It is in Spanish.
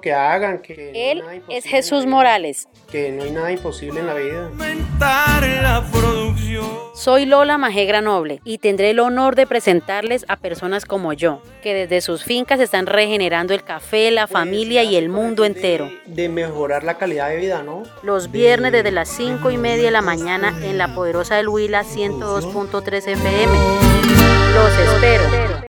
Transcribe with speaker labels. Speaker 1: que hagan, que
Speaker 2: Él
Speaker 1: no hay nada imposible
Speaker 2: es
Speaker 1: en
Speaker 2: Jesús
Speaker 1: la vida,
Speaker 2: Morales.
Speaker 1: Que no hay nada imposible en la vida.
Speaker 3: Aumentar la producción.
Speaker 2: Soy Lola Majegra Noble y tendré el honor de presentarles a personas como yo, que desde sus fincas están regenerando el café, la
Speaker 1: Pues,
Speaker 2: familia y el
Speaker 1: con
Speaker 2: mundo
Speaker 1: el fin de-
Speaker 2: entero.
Speaker 1: De mejorar la calidad de vida, ¿no?
Speaker 2: Los viernes desde las 5 y media de la mañana en la poderosa del Huila 102.3 FM. Los espero.